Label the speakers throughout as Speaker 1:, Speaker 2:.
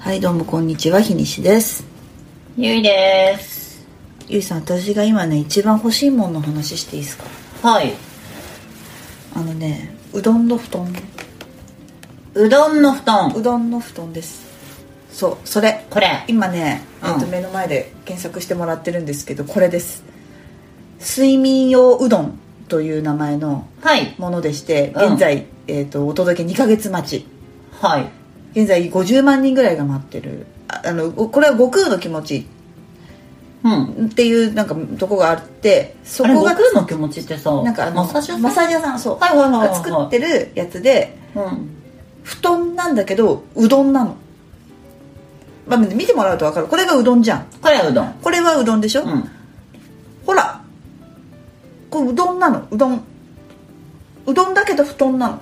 Speaker 1: はい、どうもこんにちは、ひにしです。
Speaker 2: ゆいです。
Speaker 1: ゆいさん、私が今ね、一番欲しいものの話していいですか
Speaker 2: はい。
Speaker 1: あのね、うどんの布団。
Speaker 2: うどんの布団。
Speaker 1: うどんの布団です。そう、それ。
Speaker 2: これ。
Speaker 1: 今ね、
Speaker 2: うん
Speaker 1: えっと目の前で検索してもらってるんですけど、これです。睡眠用うどんという名前の
Speaker 2: はい。
Speaker 1: ものでして、
Speaker 2: うん
Speaker 1: 現在、えっと、お届け2ヶ月待ち。
Speaker 2: はい。
Speaker 1: 現在50万人ぐらいが待ってる。ああの、これは悟空の気持ち
Speaker 2: うん。
Speaker 1: っていうなんかとこがあって、そ
Speaker 2: あれ、
Speaker 1: こ
Speaker 2: 悟
Speaker 1: が
Speaker 2: 空の気持ちってさ、
Speaker 1: なんかあの
Speaker 2: マッサージ屋さん
Speaker 1: マッサージ屋さんそう、
Speaker 2: はいはいはいはい
Speaker 1: が作ってるやつで
Speaker 2: うん。
Speaker 1: 布団なんだけどうどんなの、まあ、見てもらうと分かるこれがうどんじゃん
Speaker 2: これはうどん。
Speaker 1: これはうどんでしょ、
Speaker 2: うん。
Speaker 1: ほらこれうどんなのうどんうどんだけど布団な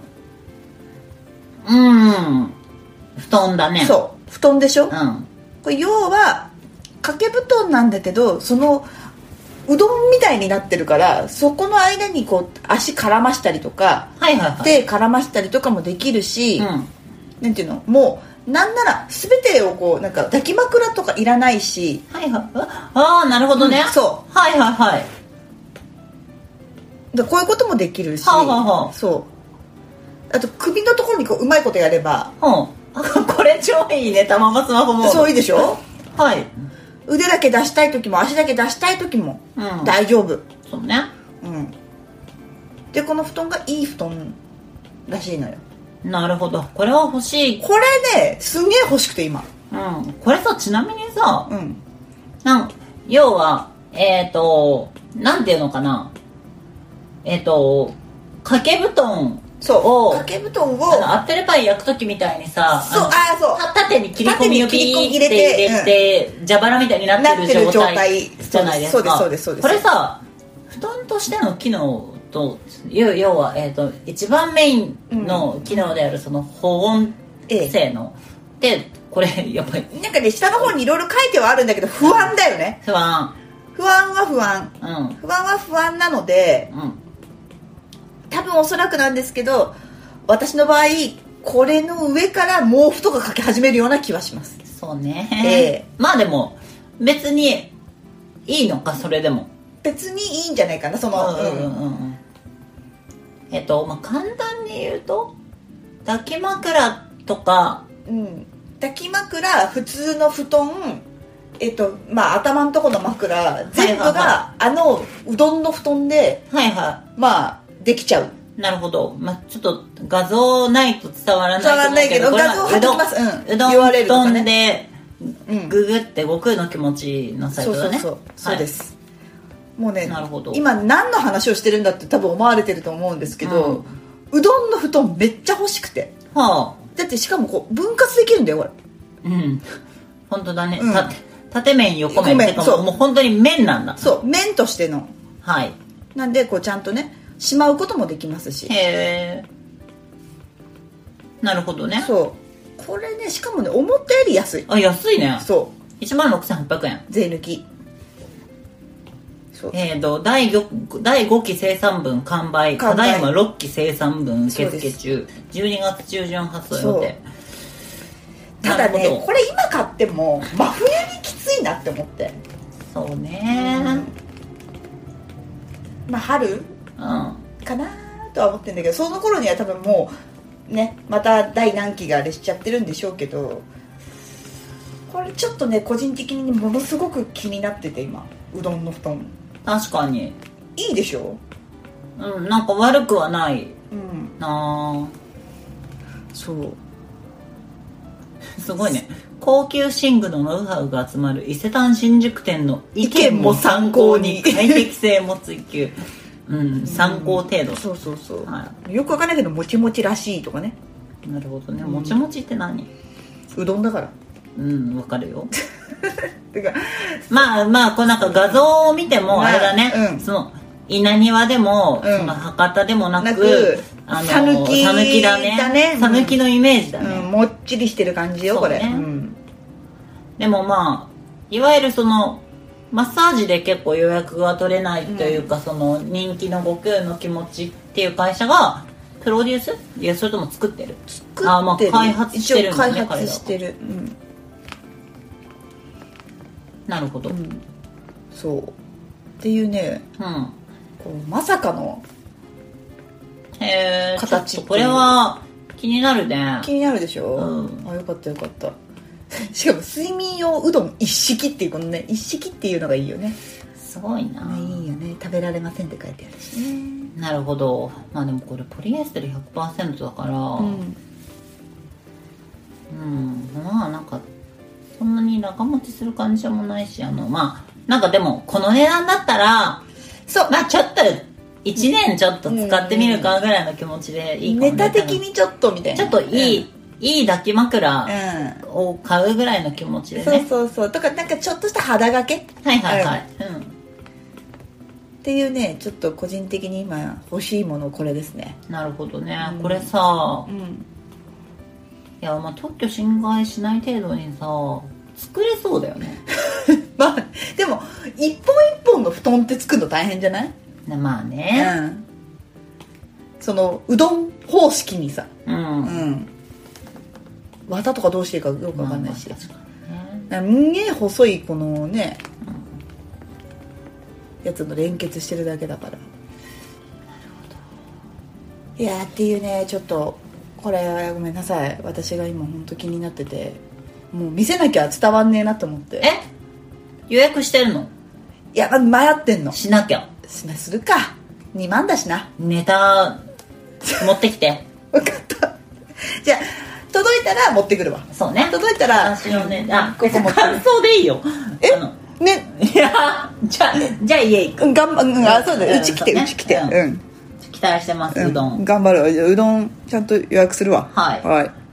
Speaker 1: の、
Speaker 2: うん。布団だね。う。
Speaker 1: そう布団でしょ、
Speaker 2: うん。
Speaker 1: これ要は掛け布団なんだけどそのうどんみたいになってるからそこの間にこう足絡ましたりとか
Speaker 2: はいはいはい。
Speaker 1: 手絡ましたりとかもできるし、
Speaker 2: うん。
Speaker 1: なんていうのもうなんなら全てをこうなんか抱き枕とかいらないし
Speaker 2: はいはい。ああ、なるほどね。。
Speaker 1: そう
Speaker 2: はいはいはい。
Speaker 1: だからこういうこともできるし、
Speaker 2: はあはあはあ
Speaker 1: そうあと首のところにこううまいことやれば
Speaker 2: うん。 これ超いいね。たままスマホも。
Speaker 1: そういいでしょ
Speaker 2: はい。
Speaker 1: 腕だけ出したい時も足だけ出したい時も
Speaker 2: うん。
Speaker 1: 大丈夫、
Speaker 2: そうね。
Speaker 1: うん、でこの布団がいい布団らしいのよ
Speaker 2: なるほど。これは欲しい。
Speaker 1: これねすんげえ欲しくて今
Speaker 2: うん。これさ、ちなみにさ、
Speaker 1: うん
Speaker 2: なん要は、えっ、と、なんていうのかな。えっ、と、掛け布団
Speaker 1: そう
Speaker 2: を、
Speaker 1: 掛け布団を
Speaker 2: あのアップルパイ焼くときみたいにさ、
Speaker 1: そう
Speaker 2: あの
Speaker 1: ああそう
Speaker 2: た縦に切り込みを
Speaker 1: 縦に切り込
Speaker 2: ピ
Speaker 1: み
Speaker 2: ーっ
Speaker 1: 入れて
Speaker 2: て入れて、蛇腹みたいになってる状
Speaker 1: なって
Speaker 2: 態
Speaker 1: る状態
Speaker 2: じゃないで
Speaker 1: そう
Speaker 2: すか。
Speaker 1: ですそうですそうです
Speaker 2: これさ、布団としての機能と、要要は、えっ、と、一番メインの機能である、その保温性能。で、これ、やっぱり、
Speaker 1: なんかね下の方にいろいろ書いてはあるんだけど不安だよね
Speaker 2: 不安。
Speaker 1: 不安は不安
Speaker 2: うん。
Speaker 1: 不安は不安なので
Speaker 2: うん。
Speaker 1: 多分おそらくなんですけど私の場合これの上から毛布とかかけ始めるような気はします
Speaker 2: そうね、
Speaker 1: ええ
Speaker 2: まあでも別にいいのかそれでも
Speaker 1: 別にいいんじゃないかなそ
Speaker 2: うん
Speaker 1: の、
Speaker 2: うんう
Speaker 1: うん
Speaker 2: んうんえっとまあ簡単に言うと抱き枕とか
Speaker 1: うん抱き枕普通の布団えっとまあ頭のとこの枕全部
Speaker 2: はいはい
Speaker 1: があのうどんの布団で
Speaker 2: はいは
Speaker 1: まあできちゃう
Speaker 2: いなるほど、まあ、ちょっと画像ないと伝わらないと
Speaker 1: 伝わ
Speaker 2: 思
Speaker 1: ら
Speaker 2: う
Speaker 1: ないけど
Speaker 2: これは
Speaker 1: 画像貼っときますうん
Speaker 2: うどん
Speaker 1: 言われる
Speaker 2: う
Speaker 1: とか
Speaker 2: ど
Speaker 1: ね
Speaker 2: んで
Speaker 1: うん
Speaker 2: ググって悟空の気持ちのサイ
Speaker 1: そ
Speaker 2: ト
Speaker 1: うそ
Speaker 2: だ
Speaker 1: う
Speaker 2: ね
Speaker 1: そうそうで、す、もうね
Speaker 2: なるほど
Speaker 1: 今何の話をしてるんだって多分思われてると思うんですけど、うどんの布団めっちゃ欲しくて
Speaker 2: はい、はあ
Speaker 1: だってしかもこう分割できるんだよこれ
Speaker 2: うん本当だね、
Speaker 1: うん
Speaker 2: 縦縦面横面
Speaker 1: 横面
Speaker 2: ってか
Speaker 1: そう
Speaker 2: もう本当に面なんだ
Speaker 1: そう面としての
Speaker 2: はい
Speaker 1: なんでこうちゃんとねしまうこともできますし
Speaker 2: へえなるほどね
Speaker 1: そうこれねしかもね思ったより安い
Speaker 2: あ安いね
Speaker 1: そ
Speaker 2: 1万6800円
Speaker 1: う税抜きそう
Speaker 2: えーと第 5, 第5期生産分完売
Speaker 1: 完売
Speaker 2: ただいま6期生産分受
Speaker 1: そうで
Speaker 2: 付
Speaker 1: す
Speaker 2: 中12月中旬発送予定
Speaker 1: ただ
Speaker 2: なる
Speaker 1: ね
Speaker 2: ほ
Speaker 1: これ今買っても真冬にきついなって思って
Speaker 2: どそうね
Speaker 1: まあ春
Speaker 2: うん
Speaker 1: かなとは思ってるんだけどその頃には多分もうねまた第何期があれしちゃってるんでしょうけどこれちょっとね個人的にものすごく気になってて今うどんの布団
Speaker 2: 確かに
Speaker 1: いいでしょ
Speaker 2: うんなんか悪くはない
Speaker 1: うん
Speaker 2: な
Speaker 1: そう
Speaker 2: あすごいね高級寝具のノウハウが集まる伊勢丹新宿店の意見も参考に
Speaker 1: 意見も参考
Speaker 2: 快適性も追求うん参考程度
Speaker 1: そうそうそう、
Speaker 2: は
Speaker 1: よくわかんないけどもちもちらしいとかね
Speaker 2: なるほどね、もちもちって何
Speaker 1: うどんだから
Speaker 2: うんわかるよ
Speaker 1: てか
Speaker 2: まあまあこうなんか画像を見ても
Speaker 1: まあ
Speaker 2: あれだね、
Speaker 1: うん
Speaker 2: その稲庭でも、
Speaker 1: うん
Speaker 2: その博多でもなく
Speaker 1: なく
Speaker 2: あの
Speaker 1: 讃岐
Speaker 2: 讃岐だね
Speaker 1: だねうん
Speaker 2: 讃岐のイメージだ
Speaker 1: う
Speaker 2: ね、
Speaker 1: ん、もっちりしてる感じよ、これ、
Speaker 2: そうね
Speaker 1: うん、
Speaker 2: でもまあいわゆるそのマッサージで結構予約が取れないというか、その人気の悟空の気持ちっていう会社がプロデュースいやそれとも作ってる
Speaker 1: 作ってる
Speaker 2: あまあ開発してるんだね
Speaker 1: 一応開発してる、うん、
Speaker 2: なるほど
Speaker 1: う
Speaker 2: うん
Speaker 1: ん、そうっていうねこうまさかの
Speaker 2: へえ
Speaker 1: 形
Speaker 2: ちょっとこれは気になるね
Speaker 1: 気になるでしょ、
Speaker 2: うん
Speaker 1: あよかったよかった しかも睡眠用うどん一式っていうこのね一式っていうのがいいよね
Speaker 2: すごいな、
Speaker 1: ねいいよね食べられませんって書いてあるしね
Speaker 2: なるほどまあでもこれポリエステル100%だか
Speaker 1: う
Speaker 2: らうん、
Speaker 1: ん
Speaker 2: まあなんかそんなに長持ちする感じもないしあのまあなんかでもこの値段だったら
Speaker 1: そう
Speaker 2: まあちょっと1年ちょっと使ってみるかぐらいの気持ちでいいかも
Speaker 1: ネタ的にちょっとみたいな
Speaker 2: ちょっといい、いい抱き
Speaker 1: う
Speaker 2: 枕
Speaker 1: ん、
Speaker 2: を買うぐらいの気持ち
Speaker 1: うん
Speaker 2: で
Speaker 1: そう
Speaker 2: ね
Speaker 1: そうそうとかなんかちょっとした肌掛けっ
Speaker 2: はいはいはい、うん
Speaker 1: ていうねちょっと個人的に今欲しいものこれですね
Speaker 2: なるほどね、
Speaker 1: うん
Speaker 2: これさ
Speaker 1: うん
Speaker 2: いやまあ特許侵害しない程度にさ作れそうだよね
Speaker 1: まあでも一本一本の布団って作るの大変じゃない
Speaker 2: ねまあね
Speaker 1: うんそのうどん方式にさ
Speaker 2: うん、
Speaker 1: うん綿とかどうしていいかよくわかんないし、
Speaker 2: まあまあ確かにね
Speaker 1: すんげえ細いこのね、やつの連結してるだけだからいやーっていうねちょっとこれごめんなさい私が今本当気になっててもう見せなきゃ伝わんねえなと思って
Speaker 2: え予約してるの
Speaker 1: いや迷ってんの
Speaker 2: しなきゃ
Speaker 1: すするか2万だしな
Speaker 2: ネタ持ってきて
Speaker 1: 分かったじゃあ届いたら持ってくるわ
Speaker 2: そ うね
Speaker 1: 届いたら
Speaker 2: 私のねあ
Speaker 1: ここ持って
Speaker 2: 感想でいいよ
Speaker 1: え
Speaker 2: あの
Speaker 1: るね
Speaker 2: いやじゃあじゃあ家行く
Speaker 1: うん頑張うんあそうだ
Speaker 2: うん
Speaker 1: ようち来て
Speaker 2: そうね
Speaker 1: うち来て
Speaker 2: うん
Speaker 1: うん
Speaker 2: 期待してます、うどん
Speaker 1: 頑張るわうどんちゃんと予約するわ
Speaker 2: はい
Speaker 1: はい